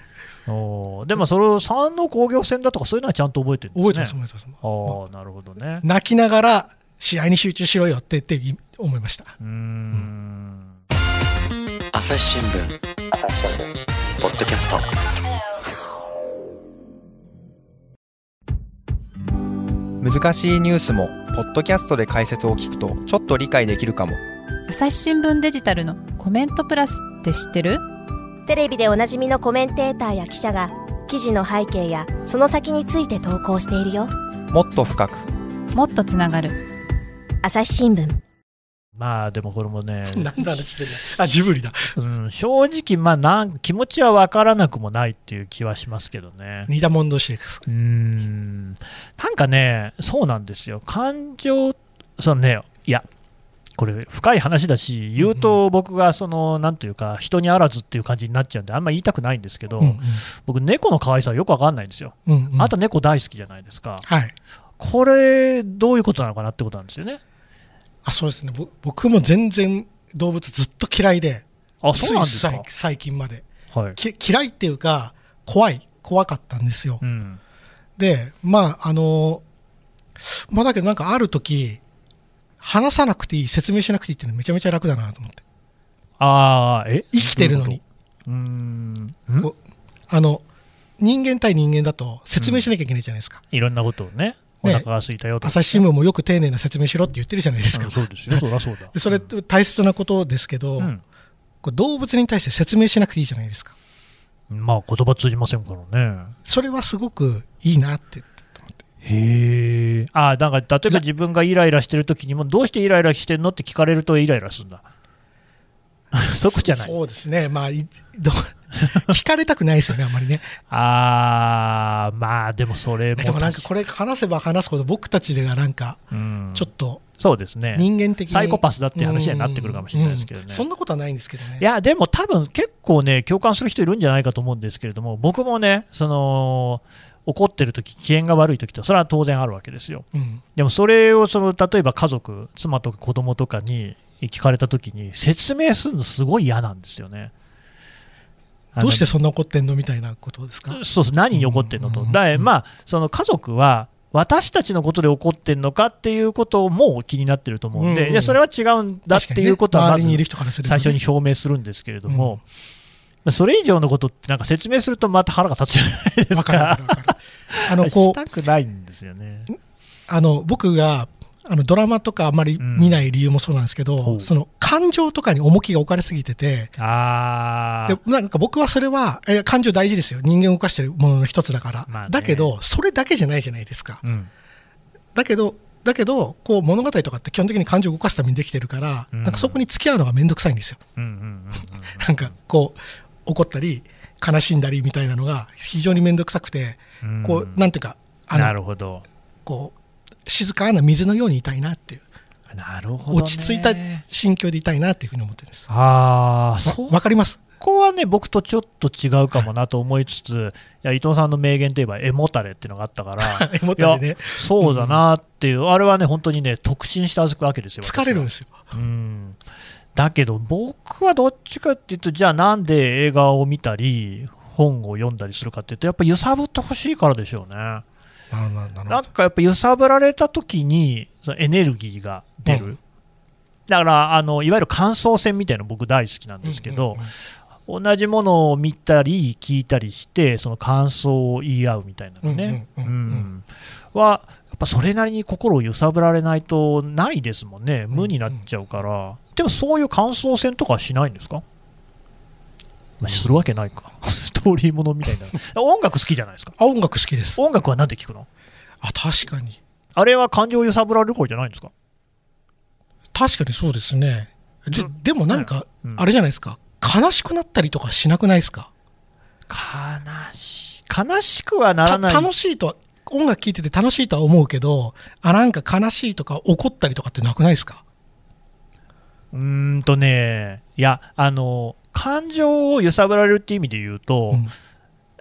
[SPEAKER 2] おーでもそれを3の工業戦だとかそういうのはちゃんと覚えてるんですね
[SPEAKER 3] 覚えてます覚えてます。
[SPEAKER 2] ああなるほどね
[SPEAKER 3] 泣きながら試合に集中しろよってって思いました。
[SPEAKER 2] うーん
[SPEAKER 4] 朝日新聞ポッドキャスト
[SPEAKER 5] 難しいニュースもポッドキャストで解説を聞くとちょっと理解できるかも
[SPEAKER 6] 朝日新聞デジタルのコメントプラスって知ってる
[SPEAKER 7] テレビでおなじみのコメンテーターや記者が記事の背景やその先について投稿しているよ
[SPEAKER 5] もっと深く
[SPEAKER 6] もっとつながる
[SPEAKER 7] 朝日新聞
[SPEAKER 2] まあでもこれもね、
[SPEAKER 3] 何の話してんのあ、ジブリだ。
[SPEAKER 2] うん、正直まあなん気持ちは分からなくもないっていう気はしますけどね
[SPEAKER 3] 似たもん同士で。
[SPEAKER 2] うーんなんかね、そうなんですよ、感情、そのね、いや、これ、深い話だし、言うと僕がその、なんというか、人にあらずっていう感じになっちゃうんで、あんま言いたくないんですけど、
[SPEAKER 3] うん
[SPEAKER 2] 僕、猫の可愛さはよくわかんないんですよ、
[SPEAKER 3] うんうん
[SPEAKER 2] あと猫大好きじゃないですか、
[SPEAKER 3] はい。
[SPEAKER 2] これ、どういうことなのかなってことなんですよね。
[SPEAKER 3] あ、そうですね。ぼ僕も全然動物ずっと嫌いで、
[SPEAKER 2] あ、そうなんです
[SPEAKER 3] つい最最近まで。
[SPEAKER 2] か。はい
[SPEAKER 3] き嫌いっていうか、怖い。怖かったんですよ。
[SPEAKER 2] うん
[SPEAKER 3] で、まあ、あの、まあだけどなんかある時、話さなくていい、説明しなくていいっていうのめちゃめちゃ楽だなと思って。
[SPEAKER 2] あーえ
[SPEAKER 3] 生きてるの
[SPEAKER 2] どう
[SPEAKER 3] に。
[SPEAKER 2] いうことうーんん
[SPEAKER 3] おあの、人間対人間だと説明しなきゃいけないじゃないですか。
[SPEAKER 2] いろんなことをね、お
[SPEAKER 3] ね
[SPEAKER 2] 腹が空いたよとか、
[SPEAKER 3] 朝日新聞もよく丁寧な説明しろって言ってるじゃないですか
[SPEAKER 2] うん。そうですよ、そりゃそうだ。
[SPEAKER 3] でそれって大切なことですけど、
[SPEAKER 2] うん
[SPEAKER 3] こう動物に対して説明しなくていいじゃないですか。
[SPEAKER 2] まあ言葉通じませんからね。
[SPEAKER 3] それはすごくいいなって。
[SPEAKER 2] へえ。ああ、なんか例えば自分がイライラしてる時にも、どうしてイライラしてんのって聞かれるとイライラするんだ。 (laughs) 即じゃない。
[SPEAKER 3] そうですね。まあ、いどう (laughs) 聞かれたくないですよね、あん
[SPEAKER 2] (laughs)
[SPEAKER 3] まりね。
[SPEAKER 2] ああ、まあでもそれも
[SPEAKER 3] でもなんかこれ話せば話すほど僕たちがなんか、
[SPEAKER 2] うん
[SPEAKER 3] ちょっと
[SPEAKER 2] そうですね。
[SPEAKER 3] 人間的に、
[SPEAKER 2] サイコパスだっていう話になってくるかもしれないですけどね
[SPEAKER 3] うんうんそんなことはないんですけどね。
[SPEAKER 2] いや、でも多分結構ね、共感する人いるんじゃないかと思うんですけれども、僕もね、その、怒ってる時機嫌が悪い時とそれは当然あるわけですよ。
[SPEAKER 3] うん、
[SPEAKER 2] でもそれをその例えば家族、妻とか子供とかに聞かれたときに、説明するのすごい嫌なんですよね。あの
[SPEAKER 3] どうしてそんな怒ってんのみたいなことですか。
[SPEAKER 2] そうそう何に怒ってんのと、
[SPEAKER 3] うん
[SPEAKER 2] だからまあ、その家族は私たちのことで怒ってんのかっていうことも気になってると思うんで、
[SPEAKER 3] うんうん
[SPEAKER 2] いやそれは違うんだっ
[SPEAKER 3] 確か
[SPEAKER 2] てい
[SPEAKER 3] にね
[SPEAKER 2] うことはま
[SPEAKER 3] 周りにいる
[SPEAKER 2] ず
[SPEAKER 3] 人からすると
[SPEAKER 2] 最
[SPEAKER 3] ね
[SPEAKER 2] 初に表明するんですけれども、まあそれ以上のことってなんか説明するとまた腹が立つじゃないです
[SPEAKER 3] わかる
[SPEAKER 2] か
[SPEAKER 3] わか。るわかる。あの、こ
[SPEAKER 2] し
[SPEAKER 3] う、
[SPEAKER 2] たくないんですよね。
[SPEAKER 3] あの僕があのドラマとかあんまり見ない理由もそうなんですけど、
[SPEAKER 2] うん
[SPEAKER 3] その感情とかに重きが置かれすぎてて
[SPEAKER 2] あ
[SPEAKER 3] で
[SPEAKER 2] あ、
[SPEAKER 3] なんか僕はそれはえ感情大事ですよ人間を動かしてるものの一つだから、
[SPEAKER 2] まあね
[SPEAKER 3] だけどそれだけじゃないじゃないですか、
[SPEAKER 2] うん、
[SPEAKER 3] だけどだけどこう物語とかって基本的に感情を動かすためにできてるから、
[SPEAKER 2] うん
[SPEAKER 3] なんかそこに付き合うのが面倒くさいんですよ、
[SPEAKER 2] うん、うんうん、
[SPEAKER 3] なんかこう怒ったり悲しんだりみたいなのが非常に面倒くさくて、
[SPEAKER 2] うん
[SPEAKER 3] こうなんていうかあ
[SPEAKER 2] な
[SPEAKER 3] の
[SPEAKER 2] るほど。
[SPEAKER 3] こう静かな水のようにいたいなっていう
[SPEAKER 2] なるほど、ね。
[SPEAKER 3] 落ち着いた心境でいたいなっていうふうに思ってるんです。
[SPEAKER 2] ああ、
[SPEAKER 3] わ
[SPEAKER 2] そ
[SPEAKER 3] わかります
[SPEAKER 2] こはね、僕とちょっと違うかもなと思いつつ、いや伊藤さんの名言といえば、エモタレっていうのがあったから、
[SPEAKER 3] エモタレね
[SPEAKER 2] いやそうだなっていう、あれはね、本当にね、特進して預くわけですよ。
[SPEAKER 3] 疲れるんですよ。
[SPEAKER 2] 私はうんだけど、僕はどっちかっていうと、じゃあなんで映画を見たり、本を読んだりするかっていうと、やっぱ揺さぶってほしいからでしょうね。
[SPEAKER 3] なるほどなる
[SPEAKER 2] なんかやっぱ揺さぶられた時にそのエネルギーが出る、
[SPEAKER 3] うん
[SPEAKER 2] だからあのいわゆる感想戦みたいなの僕大好きなんですけど、同じものを見たり聞いたりしてその感想を言い合うみたいなのね
[SPEAKER 3] うんうんうんうん
[SPEAKER 2] うんはやっぱそれなりに心を揺さぶられないとないですもんね無になっちゃうから、でもそういう感想戦とかはしないんですかまあするわけないか (laughs) ストーリーものみたいな音楽好きじゃないですか
[SPEAKER 3] あ音楽好きです。
[SPEAKER 2] 音楽は何で聞くの
[SPEAKER 3] あ確かに。
[SPEAKER 2] あれは感情揺さぶられる声じゃないんですか、
[SPEAKER 3] 確かにそうですね。で
[SPEAKER 2] うん
[SPEAKER 3] でもなんか、
[SPEAKER 2] うん
[SPEAKER 3] あれじゃないですか、悲しくなったりとかしなくないですか
[SPEAKER 2] 悲し悲しくはな
[SPEAKER 3] た
[SPEAKER 2] らない
[SPEAKER 3] 楽しいとは、音楽聴いてて楽しいとは思うけど、あ、なんか悲しいとか怒ったりとかってなくないですか
[SPEAKER 2] うーんとねいやあの感情を揺さぶられるっていう意味で言うと,、
[SPEAKER 3] うん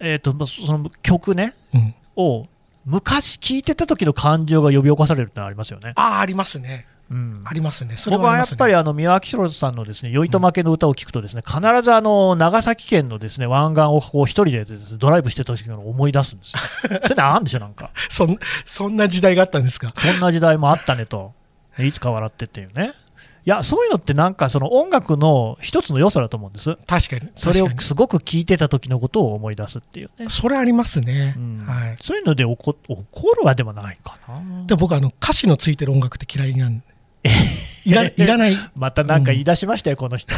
[SPEAKER 2] えー、とまその曲ね
[SPEAKER 3] うん。
[SPEAKER 2] を昔聴いてた時の感情が呼び起こされるってのはありますよね、
[SPEAKER 3] ああ、ありますね。
[SPEAKER 2] うん、
[SPEAKER 3] ありますね。それ
[SPEAKER 2] 僕
[SPEAKER 3] はあ
[SPEAKER 2] は
[SPEAKER 3] り
[SPEAKER 2] や
[SPEAKER 3] ま
[SPEAKER 2] っ
[SPEAKER 3] すね。
[SPEAKER 2] ぱりあの三輪明宏さんのですね酔いと負けの歌を聞くと、ですね必ずあの長崎県のですね湾岸をこう一人でですねドライブしてた時のを思い出すんですよ。
[SPEAKER 3] (laughs)
[SPEAKER 2] それなんでしょ、なんか、
[SPEAKER 3] そん、そんな時代があったんですか
[SPEAKER 2] そんな時代もあったねと、いつか笑ってっていうね。いや、そういうのってなんか、その音楽の一つの要素だと思うんです。
[SPEAKER 3] 確かに。
[SPEAKER 2] それを
[SPEAKER 3] 確か
[SPEAKER 2] すごく聞いてた時のことを思い出すっていうね
[SPEAKER 3] に。。それありますね。
[SPEAKER 2] うん
[SPEAKER 3] はい。
[SPEAKER 2] そういうので怒怒るはでもないかな。
[SPEAKER 3] で僕あの歌詞のついてる音楽って嫌い
[SPEAKER 2] (laughs)
[SPEAKER 3] なんでいらいらない
[SPEAKER 2] またなんか言い出しましたよ、こ
[SPEAKER 3] (laughs)
[SPEAKER 2] の人。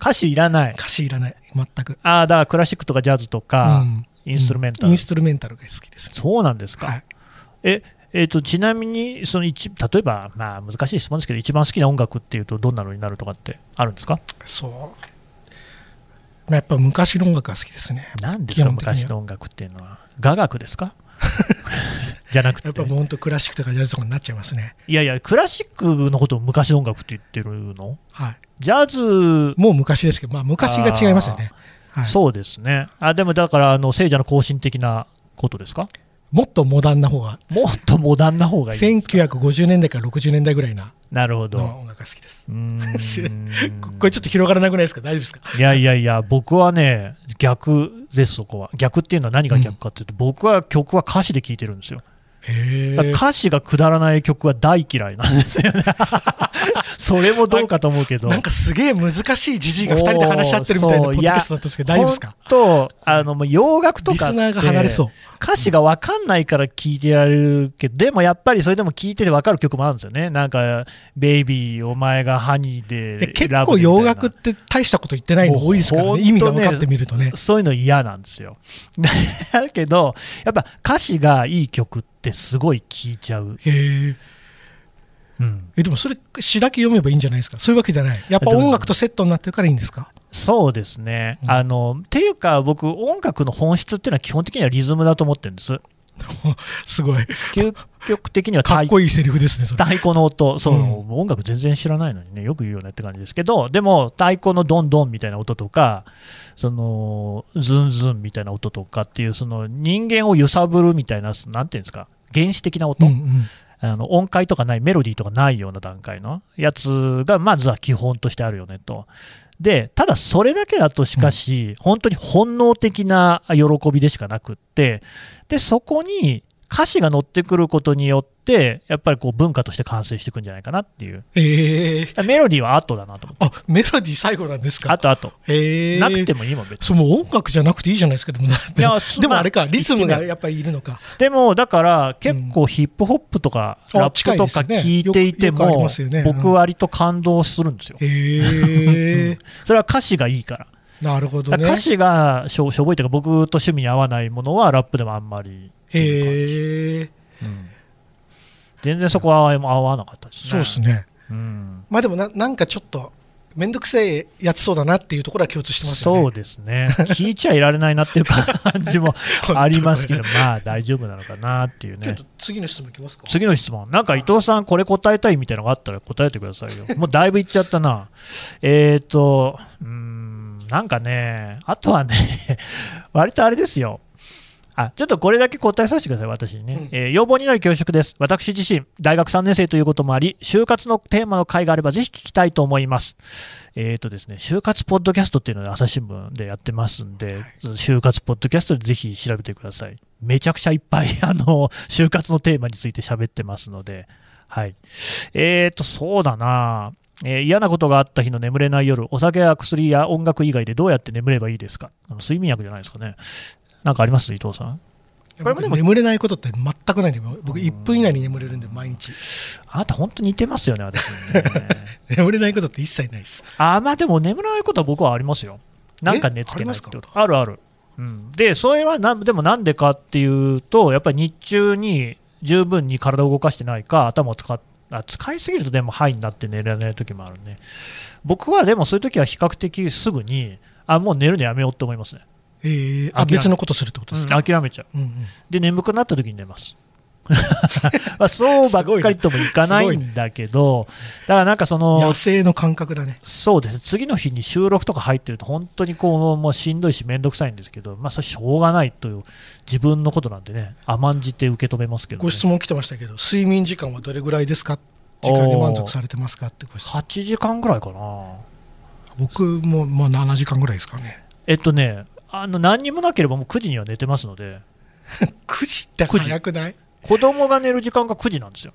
[SPEAKER 2] 歌詞いらない。
[SPEAKER 3] 歌詞いらない全く、
[SPEAKER 2] ああ、だからクラシックとかジャズとか、
[SPEAKER 3] うん
[SPEAKER 2] インストゥルメンタル
[SPEAKER 3] インストゥルメンタルが好きです、
[SPEAKER 2] そうなんですか。
[SPEAKER 3] はい、
[SPEAKER 2] ええー、とちなみにその一、例えば、まあ、難しい質問ですけど、一番好きな音楽っていうと、どんなのになるとかってあるんですか
[SPEAKER 3] そう、まあ、やっぱ昔の音楽が好きですね
[SPEAKER 2] 何ですか、
[SPEAKER 3] 基本的には
[SPEAKER 2] 昔の音楽っていうのは。雅楽です
[SPEAKER 3] (laughs)
[SPEAKER 2] かじゃなく
[SPEAKER 3] や
[SPEAKER 2] て
[SPEAKER 3] っぱ、もうほんとクラシックとかジャズとかになっちゃいますね
[SPEAKER 2] いやいや、クラシックのことを昔の音楽って言ってるの
[SPEAKER 3] はい
[SPEAKER 2] ジャズ、
[SPEAKER 3] もう昔ですけどまあ昔が違いますよね、はい、
[SPEAKER 2] そうですね。あでも、だから、あの聖者の更新的なことです
[SPEAKER 3] (laughs)
[SPEAKER 2] か
[SPEAKER 3] もっとモダンな方が
[SPEAKER 2] もっとモダンな方がいいですか
[SPEAKER 3] 1950年代から60年代ぐらいな
[SPEAKER 2] なるほど。
[SPEAKER 3] の音楽が好きです
[SPEAKER 2] う
[SPEAKER 3] (laughs)
[SPEAKER 2] ーん
[SPEAKER 3] ここれちょっと広がらなくないですか大丈夫ですか
[SPEAKER 2] いやいやいや、僕はね、逆です、そこは。逆っていうのは何が逆かっていうと、僕は曲は歌詞で聴いてるんですよ。
[SPEAKER 3] へ
[SPEAKER 2] だから歌詞がくだらない曲は大嫌いなんです
[SPEAKER 3] (laughs)
[SPEAKER 2] よね。それもどうかと思うけど。
[SPEAKER 3] なんかすげえ難しいじじいが2人で話し合ってるみたいな
[SPEAKER 2] お
[SPEAKER 3] ポ
[SPEAKER 2] ー
[SPEAKER 3] ッドキャストだったんですけど大丈夫ですか
[SPEAKER 2] と、あの、もう洋楽と
[SPEAKER 3] リ
[SPEAKER 2] かって。
[SPEAKER 3] スナーが離れそう。
[SPEAKER 2] 歌詞が分かんないから聴いてられるけど、でもやっぱりそれでも聴いてて分かる曲もあるんですよね。なんか、ベイビー、お前がハニー
[SPEAKER 3] え
[SPEAKER 2] で。
[SPEAKER 3] 結
[SPEAKER 2] ラブ
[SPEAKER 3] 構
[SPEAKER 2] でみたいな
[SPEAKER 3] 洋楽って大したこと言ってないの多いですから
[SPEAKER 2] もう
[SPEAKER 3] ね
[SPEAKER 2] ほんとね
[SPEAKER 3] 意味が分かってみるとね
[SPEAKER 2] そういうの嫌なんですよ。 (laughs) だけど、やっぱ歌詞がいい曲ってすごい聴いちゃう。
[SPEAKER 3] へー
[SPEAKER 2] うん、
[SPEAKER 3] えでもそれ詩だけ読めばいいんじゃないですかそういうわけじゃないやっぱ音楽とセットになってるからいいんですか
[SPEAKER 2] そうですね。あの、っていうか僕、音楽の本質っていうのは基本的にはリズムだと思ってるんです。
[SPEAKER 3] すごい
[SPEAKER 2] 究極的には
[SPEAKER 3] かっ
[SPEAKER 2] 太
[SPEAKER 3] こいいセリフですねそれ
[SPEAKER 2] 太鼓の音、そう、
[SPEAKER 3] うん
[SPEAKER 2] 音楽全然知らないのにね、よく言うよねって感じですけど、でも、太鼓のドンドンみたいな音とか、その、ズンズンみたいな音とかっていう、その人間を揺さぶるみたいな、なんていうんですか、原始的な音、
[SPEAKER 3] うんうん
[SPEAKER 2] あの音階とかないメロディーとかないような段階のやつがまずは基本としてあるよねと。でただそれだけだとしかし、本当に本能的な喜びでしかなくってでそこに歌詞が乗ってくることによってやっぱりこう文化として完成していくんじゃないかなっていう
[SPEAKER 3] えー
[SPEAKER 2] だからメロディーは後だなと思って
[SPEAKER 3] あメロディー最後なんですか
[SPEAKER 2] あとあと
[SPEAKER 3] へー
[SPEAKER 2] なくてもいいもん別に
[SPEAKER 3] そうもう音楽じゃなくていいじゃないですかでもなん
[SPEAKER 2] い
[SPEAKER 3] で
[SPEAKER 2] や
[SPEAKER 3] も
[SPEAKER 2] す
[SPEAKER 3] でも
[SPEAKER 2] まあ
[SPEAKER 3] あれかリズム
[SPEAKER 2] 言ってみれ
[SPEAKER 3] が
[SPEAKER 2] ば
[SPEAKER 3] やっぱりいるの
[SPEAKER 2] (laughs)
[SPEAKER 3] か
[SPEAKER 2] でもだから結構ヒップホップとか
[SPEAKER 3] うん
[SPEAKER 2] ラップとか
[SPEAKER 3] あ近いですね
[SPEAKER 2] 聞いていて
[SPEAKER 3] よくよくあり
[SPEAKER 2] も
[SPEAKER 3] ますよねうん
[SPEAKER 2] 僕割と感動するんですよ
[SPEAKER 3] へえ
[SPEAKER 2] それは歌詞がいいから
[SPEAKER 3] なるほど
[SPEAKER 2] だか
[SPEAKER 3] ね
[SPEAKER 2] ら歌詞がしょしょぼいというか僕と趣味に合わないものはラップでもあんまりっていう感
[SPEAKER 3] へえ
[SPEAKER 2] じうん全然そこは合わなかったですね
[SPEAKER 3] そうですね
[SPEAKER 2] うん
[SPEAKER 3] まあでもななんかちょっと面倒くせえやつそうだなっていうところは共通してますよね
[SPEAKER 2] そうですね聞いちゃいられないなっていう感 (laughs) じもありますけどまあ大丈夫なのかなっていう
[SPEAKER 3] ちょっ
[SPEAKER 2] ね
[SPEAKER 3] と次の質問いきますか
[SPEAKER 2] 次の質問なんか伊藤さんこれ答えたいみたいなのがあったら答えてください (laughs) よもうだいぶいっちゃったなえっ、とうーんなんかねあとはね割とあれですよあちょっとこれだけ答えさせてください、私にね、
[SPEAKER 3] うん
[SPEAKER 2] えー要望になる教職です。私自身、大学3年生ということもあり、就活のテーマの回があれば、ぜひ聞きたいと思います。えっ、とですね、就活ポッドキャストっていうので、朝日新聞でやってますんで、就活ポッドキャストでぜひ調べてください。めちゃくちゃいっぱい、 (laughs) あの、就活のテーマについて喋ってますので、はい。えっ、と、そうだなえー嫌なことがあった日の眠れない夜、お酒や薬や音楽以外でどうやって眠ればいいですかあの睡眠薬じゃないですかね。なんかあります伊藤さん。これもでも
[SPEAKER 3] 眠れ (laughs) ないことって全くないんで僕1分以内に眠れるんで毎日
[SPEAKER 2] あなた本当に似てますよね、私にね。(laughs)
[SPEAKER 3] (laughs) 眠れないことって一切ないです
[SPEAKER 2] あ、まあでも眠らないことは僕はありますよ。なんか寝つけないってこと。あるある。うん、で、それはなでもなんでかっていうと、やっぱり日中に十分に体を動かしてないか頭を使っあ使いすぎるとでもハイになって寝られない時もあるね僕はでもそういう時は比較的すぐにあもう寝るのやめようって思いますね、
[SPEAKER 3] えー
[SPEAKER 2] 諦
[SPEAKER 3] あ
[SPEAKER 2] め
[SPEAKER 3] 別のことするってことですか、
[SPEAKER 2] 諦めちゃう
[SPEAKER 3] うんうん
[SPEAKER 2] で眠くなった時に寝ます。 (laughs) まあそうばっかりともいかないんだけど、だからなんかその
[SPEAKER 3] 野生の感覚だね。
[SPEAKER 2] そうですね次の日に収録とか入ってると本当にこうもうしんどいし面倒くさいんですけど、まあ、それしょうがないという自分のことなんでね甘んじて受け止めますけど、ね、
[SPEAKER 3] ご質問来てましたけど、睡眠時間はどれぐらいですか時間に満足されてますかってご質問
[SPEAKER 2] 8時間ぐらいかな
[SPEAKER 3] 僕もまあ7時間ぐらいですかね。
[SPEAKER 2] えっとねあの何にもなければもう9時には寝てますので
[SPEAKER 3] 9時って早くない
[SPEAKER 2] 子供が寝る時間が9時なんですよ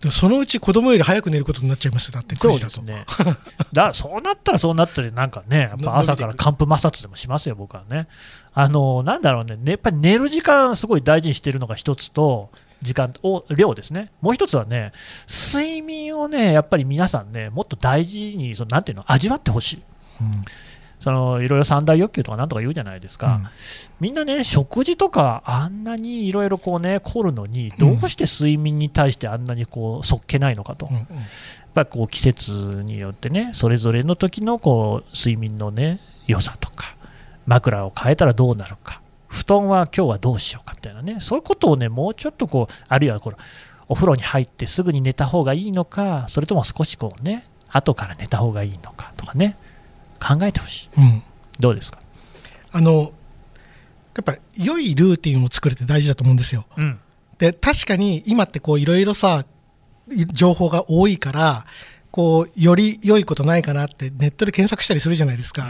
[SPEAKER 3] でもそのうち子供より早く寝ることになっちゃいますよだって9
[SPEAKER 2] そう
[SPEAKER 3] 時
[SPEAKER 2] で
[SPEAKER 3] だ
[SPEAKER 2] す
[SPEAKER 3] と。
[SPEAKER 2] ね。だ (laughs) からそうなったらそうなったり、なんかね、やっぱ朝から寒風摩擦でもしますよ、僕はね。あのなんだろうね、ねやっぱり寝る時間、すごい大事にしてるのが一つと、時間を量ですね、もう一つはね、睡眠をね、やっぱり皆さんね、もっと大事に、そのなんていうの、味わってほしい。
[SPEAKER 3] うん
[SPEAKER 2] そのいろいろ三大欲求とかなんとか言うじゃないですか、
[SPEAKER 3] うん
[SPEAKER 2] みんなね、食事とかあんなにいろいろこうね、凝るのに、どうして睡眠に対してあんなにこうそっけないのかと、
[SPEAKER 3] うんうん
[SPEAKER 2] やっぱりこう季節によってねそれぞれの時のこう睡眠のね良さとか枕を変えたらどうなるか布団は今日はどうしようかみたいなねそういうことをねもうちょっとこうあるいはこのお風呂に入ってすぐに寝た方がいいのかそれとも少しこうね後から寝た方がいいのかとかね考えてほしい
[SPEAKER 3] うん
[SPEAKER 2] どうですか
[SPEAKER 3] あのやっぱ良いルーティンを作るって大事だと思うんですよ。
[SPEAKER 2] うん
[SPEAKER 3] で確かに今ってこういろいろさ情報が多いからこうより良いことないかなってネットで検索したりするじゃないですか。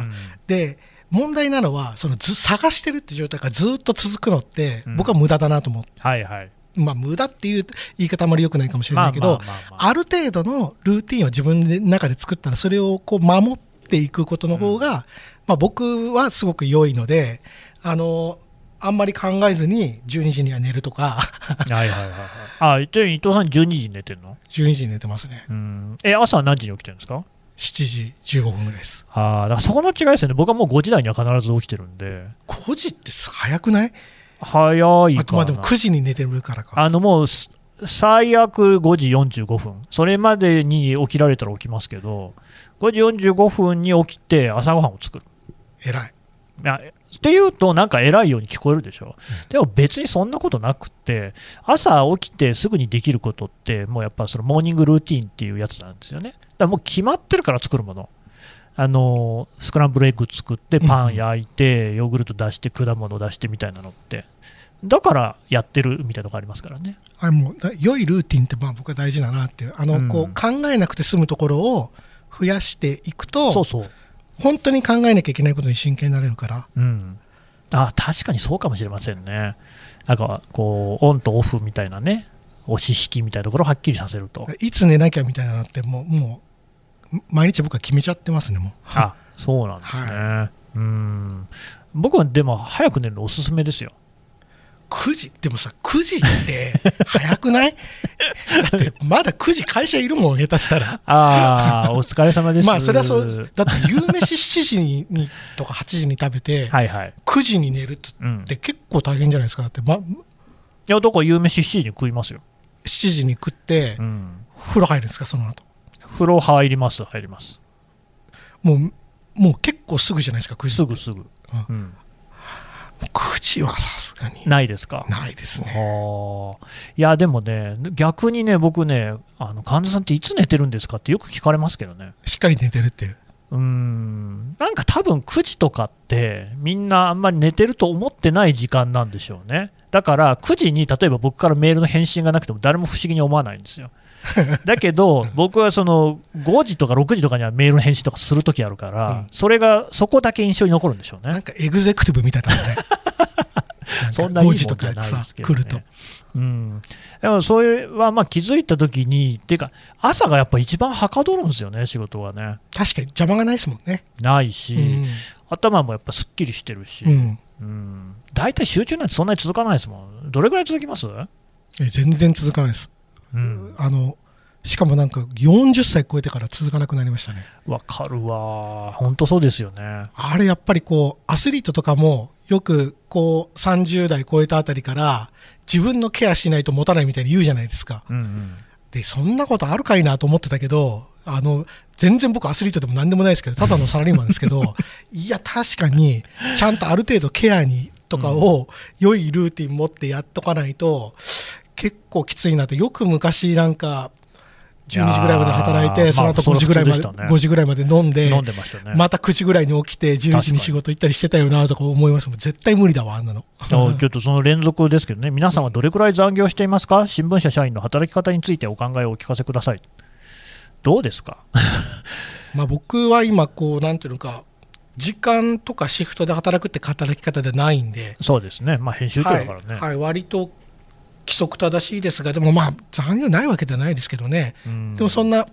[SPEAKER 3] で問題なのはそのず探してるって状態がずっと続くのって
[SPEAKER 2] うん
[SPEAKER 3] 僕は無駄だなと思って、
[SPEAKER 2] はいはい
[SPEAKER 3] まあ無駄っていう言い方あまり良くないかもしれないけ
[SPEAKER 2] ま
[SPEAKER 3] ど、
[SPEAKER 2] あまあまあまあ
[SPEAKER 3] ある程度のルーティンを自分の中で作ったらそれをこう守っていくことの方が、まあ、僕はすごく良いのであのあんまり考えずに12時には寝るとか (laughs)
[SPEAKER 2] はいはいはいはいあ伊藤伊藤さん12時に寝てるの
[SPEAKER 3] 12時に寝てますね
[SPEAKER 2] うんえ朝は何時に起きてるんですか
[SPEAKER 3] 7時15分ぐらいです
[SPEAKER 2] ああ、だからそこの違いですよね。僕はもう5時台には必ず起きてるんで。
[SPEAKER 3] 5時って早くない
[SPEAKER 2] 早い
[SPEAKER 3] あ
[SPEAKER 2] か
[SPEAKER 3] とま
[SPEAKER 2] な。
[SPEAKER 3] あでも9時に寝てるからか
[SPEAKER 2] あのもうす、最悪5時45分。それまでに起きられたら起きますけど、5時45分に起きて朝ごはんを作る。
[SPEAKER 3] 偉い
[SPEAKER 2] いやっていうと、なんか偉いように聞こえるでしょ、でも別にそんなことなくって、朝起きてすぐにできることって、もうやっぱそのモーニングルーティンっていうやつなんですよね、だからもう決まってるから作るもの、あのスクランブルエッグ作って、パン焼いて、ヨーグルト出して、果物出してみたいなのって、だからやってるみたいなとこありますからね、
[SPEAKER 3] あれもうな良いルーティンってまあ僕は大事だなっていうあの、
[SPEAKER 2] うん
[SPEAKER 3] こう考えなくて済むところを増やしていく
[SPEAKER 2] そう
[SPEAKER 3] と
[SPEAKER 2] そう、
[SPEAKER 3] 本当に考えなきゃいけないことに真剣になれるから
[SPEAKER 2] うん、あ確かにそうかもしれませんね、なんかこう、オンとオフみたいなね、押し引きみたいなところをはっきりさせると。
[SPEAKER 3] いつ寝なきゃみたいなのってもうもう毎日僕は決めちゃってますねもう
[SPEAKER 2] あ (laughs) そうなんですね、うん僕はでも早く寝るのおすすめですよ
[SPEAKER 3] 9時でもさ9時って早くない (laughs) だってまだ9時会社いるもん下手し
[SPEAKER 2] (laughs)
[SPEAKER 3] たら
[SPEAKER 2] ああお疲れ様です
[SPEAKER 3] (laughs) まあそれはそうだって夕飯7時ににとか8時に食べて
[SPEAKER 2] (laughs) はいはい、
[SPEAKER 3] 9時に寝るって
[SPEAKER 2] うん
[SPEAKER 3] っ、て結構大変じゃないですかだって、ま、
[SPEAKER 2] いやどこ夕飯7時に食いますよ、
[SPEAKER 3] 7時に食って
[SPEAKER 2] うん、
[SPEAKER 3] 風呂入るんですかその後
[SPEAKER 2] 風呂入ります入ります
[SPEAKER 3] もうもう結構すぐじゃないですか9時
[SPEAKER 2] すぐすぐ、
[SPEAKER 3] う
[SPEAKER 2] うん、
[SPEAKER 3] 9時はさすがに
[SPEAKER 2] ないですか
[SPEAKER 3] ないですね
[SPEAKER 2] ああいやでもね逆にね僕ねあの患者さんっていつ寝てるんですかってよく聞かれますけどね
[SPEAKER 3] しっかり寝てるっていう
[SPEAKER 2] うーんなんか多分9時とかってみんなあんまり寝てると思ってない時間なんでしょうねだから9時に例えば僕からメールの返信がなくても誰も不思議に思わないんです
[SPEAKER 3] (laughs)
[SPEAKER 2] よだけど僕はその5時とか6時とかにはメールの返信とかするときあるから、
[SPEAKER 3] うん
[SPEAKER 2] それがそこだけ印象に残るんでしょう
[SPEAKER 3] なん
[SPEAKER 2] ね
[SPEAKER 3] かエグゼクティブみたいなのね
[SPEAKER 2] (laughs) そんないいも
[SPEAKER 3] 5
[SPEAKER 2] んじ
[SPEAKER 3] 時と
[SPEAKER 2] ゃ
[SPEAKER 3] か
[SPEAKER 2] ない
[SPEAKER 3] さ
[SPEAKER 2] ですけど、
[SPEAKER 3] 来
[SPEAKER 2] ね、
[SPEAKER 3] ると
[SPEAKER 2] うん、でもそれはまあ気づいたときにっていうか朝がやっぱ一番はかどるんですよね仕事はね
[SPEAKER 3] 確かに邪魔がないですもんね
[SPEAKER 2] ないし、
[SPEAKER 3] うん
[SPEAKER 2] 頭もやっぱすっきりしてるし、
[SPEAKER 3] うん
[SPEAKER 2] うん大体集中なんてそんなに続かないですもん。どれぐらい続きます
[SPEAKER 3] え全然続かないです
[SPEAKER 2] うん。
[SPEAKER 3] あのしかもなんか40歳超えてから続かなくなりましたね
[SPEAKER 2] わかるわ。本当そうですよね。
[SPEAKER 3] あれやっぱりこうアスリートとかもよくこう30代超えたあたりから自分のケアしないと持たないみたいに言うじゃないですか。
[SPEAKER 2] うんうん
[SPEAKER 3] で、そんなことあるかいなと思ってたけど、あの、全然僕アスリートでも何でもないですけど、ただのサラリーマンで
[SPEAKER 2] (laughs)
[SPEAKER 3] すけど、いや、確かに、ちゃんとある程度ケアに、とかを、良いルーティン持ってやっとかないと、結構きついなって、よく昔なんか、12時ぐらいまで働い
[SPEAKER 2] いや
[SPEAKER 3] て、
[SPEAKER 2] ー
[SPEAKER 3] その後5時ぐらいまで、
[SPEAKER 2] まあそれは普通でしたね
[SPEAKER 3] 5時ぐらいまで飲んで、
[SPEAKER 2] 飲んでましたね。
[SPEAKER 3] また9時ぐらいに起きて、11時に仕事行ったりしてたよなとか思いますもん。絶対無理だわ、あんなの。
[SPEAKER 2] あのちょっとその連続ですけどね、皆さんはどれくらい残業していますか、新聞社社員の働き方についてお考えをお聞かせください。どうですか、
[SPEAKER 3] まあ、僕は今こうなんていうのか時間とかシフトで働くって働き方でないんで、
[SPEAKER 2] そうですね、まあ、編集長
[SPEAKER 3] は
[SPEAKER 2] だ
[SPEAKER 3] い
[SPEAKER 2] からね、
[SPEAKER 3] はい、割と規則正しいですがでもまあ残業ないわけじゃないですけどね、
[SPEAKER 2] うん
[SPEAKER 3] でもそんな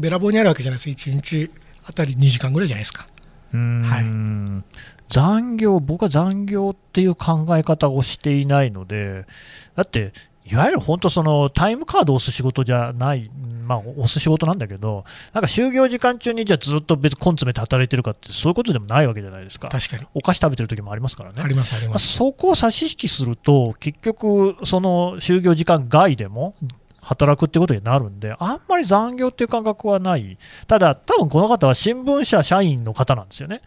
[SPEAKER 3] べらぼうにあるわけじゃないです1日あたり2時間ぐらいじゃないですか
[SPEAKER 2] うーん
[SPEAKER 3] は
[SPEAKER 2] 残業、僕は残業っていう考え方をしていないので、だって、いわゆる本当、そのタイムカードを押す仕事じゃない、まあ、押す仕事なんだけど、なんか就業時間中にじゃあずっと別にコン詰めて働いてるかって、そういうことでもないわけじゃないですか、
[SPEAKER 3] 確かに
[SPEAKER 2] お菓子食べてる時もありますからね
[SPEAKER 3] あ。りますあり
[SPEAKER 2] まあ、
[SPEAKER 3] ます
[SPEAKER 2] そこを差し引きすると、結局、その就業時間外でも働くってことになるんで、あんまり残業っていう感覚はない、ただ、多分この方は新聞社社員の方なんですよね、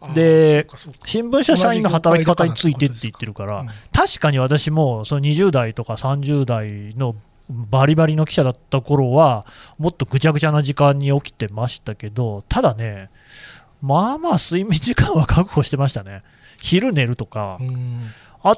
[SPEAKER 3] あー
[SPEAKER 2] で
[SPEAKER 3] そうかそうか
[SPEAKER 2] 新聞社社員の働き方についてって言ってるから、確かに私もその20代とか30代のバリバリの記者だった頃は、もっとぐちゃぐちゃな時間に起きてましたけど、ただね、まあまあ睡眠時間は確保してましたね、昼寝るとか。
[SPEAKER 3] うん
[SPEAKER 2] あ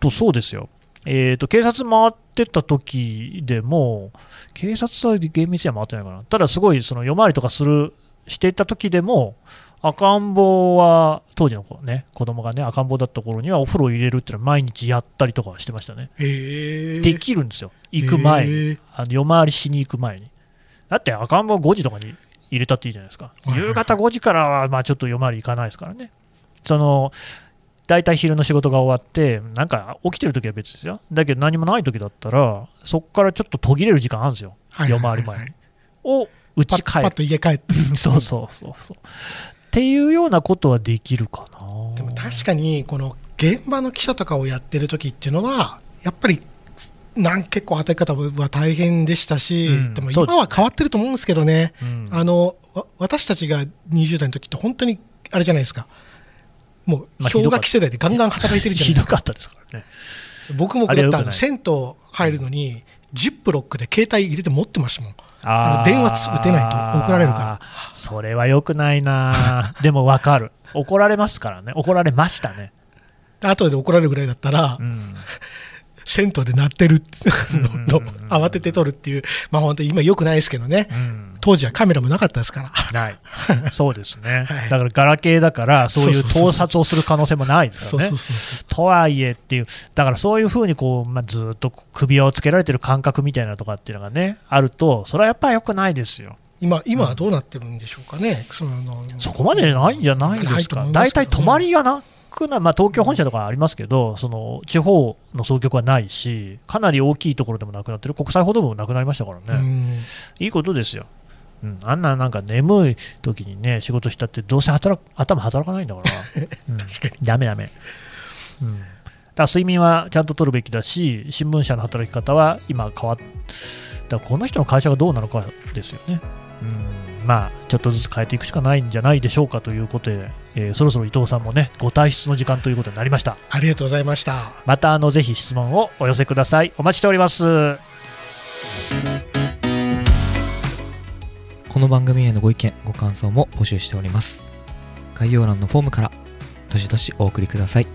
[SPEAKER 2] と、そうですよ。えー、と警察回ってた時でも、警察は厳密には回ってないかな、ただすごいその夜回りとかするしていた時でも、赤ん坊は、当時の子,、ね、子供がね赤ん坊だった頃にはお風呂入れるっていうのは毎日やったりとかはしてましたね、
[SPEAKER 3] えー
[SPEAKER 2] できるんですよ、行く前に、
[SPEAKER 3] えー
[SPEAKER 2] あの夜回りしに行く前に。だって赤ん坊5時とかに入れたっていいじゃないですか、
[SPEAKER 3] はいはいはい
[SPEAKER 2] 夕方5時からはまあちょっと夜回り行かないですからね。その大体昼の仕事が終わって、なんか起きてる時は別ですよ、だけど何もない時だったら、そこからちょっと途切れる時間あるんですよ、
[SPEAKER 3] はいはいはい
[SPEAKER 2] 夜回り前にをう
[SPEAKER 3] パ
[SPEAKER 2] ち
[SPEAKER 3] ッ
[SPEAKER 2] 帰
[SPEAKER 3] パッ
[SPEAKER 2] る、
[SPEAKER 3] と家帰って
[SPEAKER 2] (laughs) そうそうそうそう。っていうようなことはできるかな。
[SPEAKER 3] でも確かにこの現場の記者とかをやってる時っていうのはやっぱりなん結構当たり方は大変でしたし、
[SPEAKER 2] うん
[SPEAKER 3] でも
[SPEAKER 2] そう
[SPEAKER 3] 今
[SPEAKER 2] ですね
[SPEAKER 3] は変わってると思うんですけどね、
[SPEAKER 2] うん
[SPEAKER 3] あのわ私たちが20代の時って本当にあれじゃないですかもう
[SPEAKER 2] まあひど
[SPEAKER 3] 氷
[SPEAKER 2] かった
[SPEAKER 3] 河期世代でガンガン働いてるじゃな
[SPEAKER 2] (laughs) ひ
[SPEAKER 3] いで
[SPEAKER 2] ど
[SPEAKER 3] すか
[SPEAKER 2] かったですからね。
[SPEAKER 3] 僕も
[SPEAKER 2] あれは
[SPEAKER 3] だ
[SPEAKER 2] よ
[SPEAKER 3] っ
[SPEAKER 2] く
[SPEAKER 3] て
[SPEAKER 2] ない
[SPEAKER 3] あの銭湯入るのにジップロックで携帯入れて持ってましたもん
[SPEAKER 2] あ。
[SPEAKER 3] あの電話すぐ出ないと怒られるから
[SPEAKER 2] それは良くない
[SPEAKER 3] (laughs)
[SPEAKER 2] な。でもわかる。怒られますからね。怒られましたね。
[SPEAKER 3] 後で怒られるぐらいだったら、
[SPEAKER 2] うん。
[SPEAKER 3] 銭湯で鳴ってるって (laughs)
[SPEAKER 2] うんうんうんうん
[SPEAKER 3] 慌てて撮るっていうまあ本当に今良くないですけどね、
[SPEAKER 2] うん
[SPEAKER 3] 当時はカメラも (laughs) なかったですから。
[SPEAKER 2] ない。そうですね。
[SPEAKER 3] (laughs) はい
[SPEAKER 2] だからガラケーだから、そういう
[SPEAKER 3] そうそうそう
[SPEAKER 2] 盗撮をする可能性もないですからね。
[SPEAKER 3] そう。
[SPEAKER 2] とはいえっていう、だからそういうふうにこう、まあ、ずっと首輪をつけられてる感覚みたいなとかっていうのがね、あると、それはやっぱり良くないですよ。
[SPEAKER 3] 今、今はどうなってるんでしょうかね。そのあの
[SPEAKER 2] そこまでないんじゃないですか、
[SPEAKER 3] な
[SPEAKER 2] 大
[SPEAKER 3] い
[SPEAKER 2] 体
[SPEAKER 3] と思いますけどね
[SPEAKER 2] 泊まりがなくな、まあ、東京本社とかありますけど、その地方の総局はないし、かなり大きいところでもなくなってる、国際報道部もなくなりましたからね、
[SPEAKER 3] うん
[SPEAKER 2] いいことですよ、うん、あんななんか眠い時にね、仕事したって、どうせ働く頭働かないんだ
[SPEAKER 3] (laughs)
[SPEAKER 2] から、うん
[SPEAKER 3] 確か
[SPEAKER 2] ダメダメ。うんだから睡眠はちゃんと取るべきだし、新聞社の働き方は今変わっだからこの人の会社がどうなのかですよね。うんまあ、ちょっとずつ変えていくしかないんじゃないでしょうかということで、えーそろそろ伊藤さんもね、ご退出の時間ということになりました。
[SPEAKER 3] ありがとうございました。
[SPEAKER 2] またあのぜひ質問をお寄せください。お待ちしております。
[SPEAKER 1] この番組へのご意見ご感想も募集しております概要欄のフォームからどしどしお送りください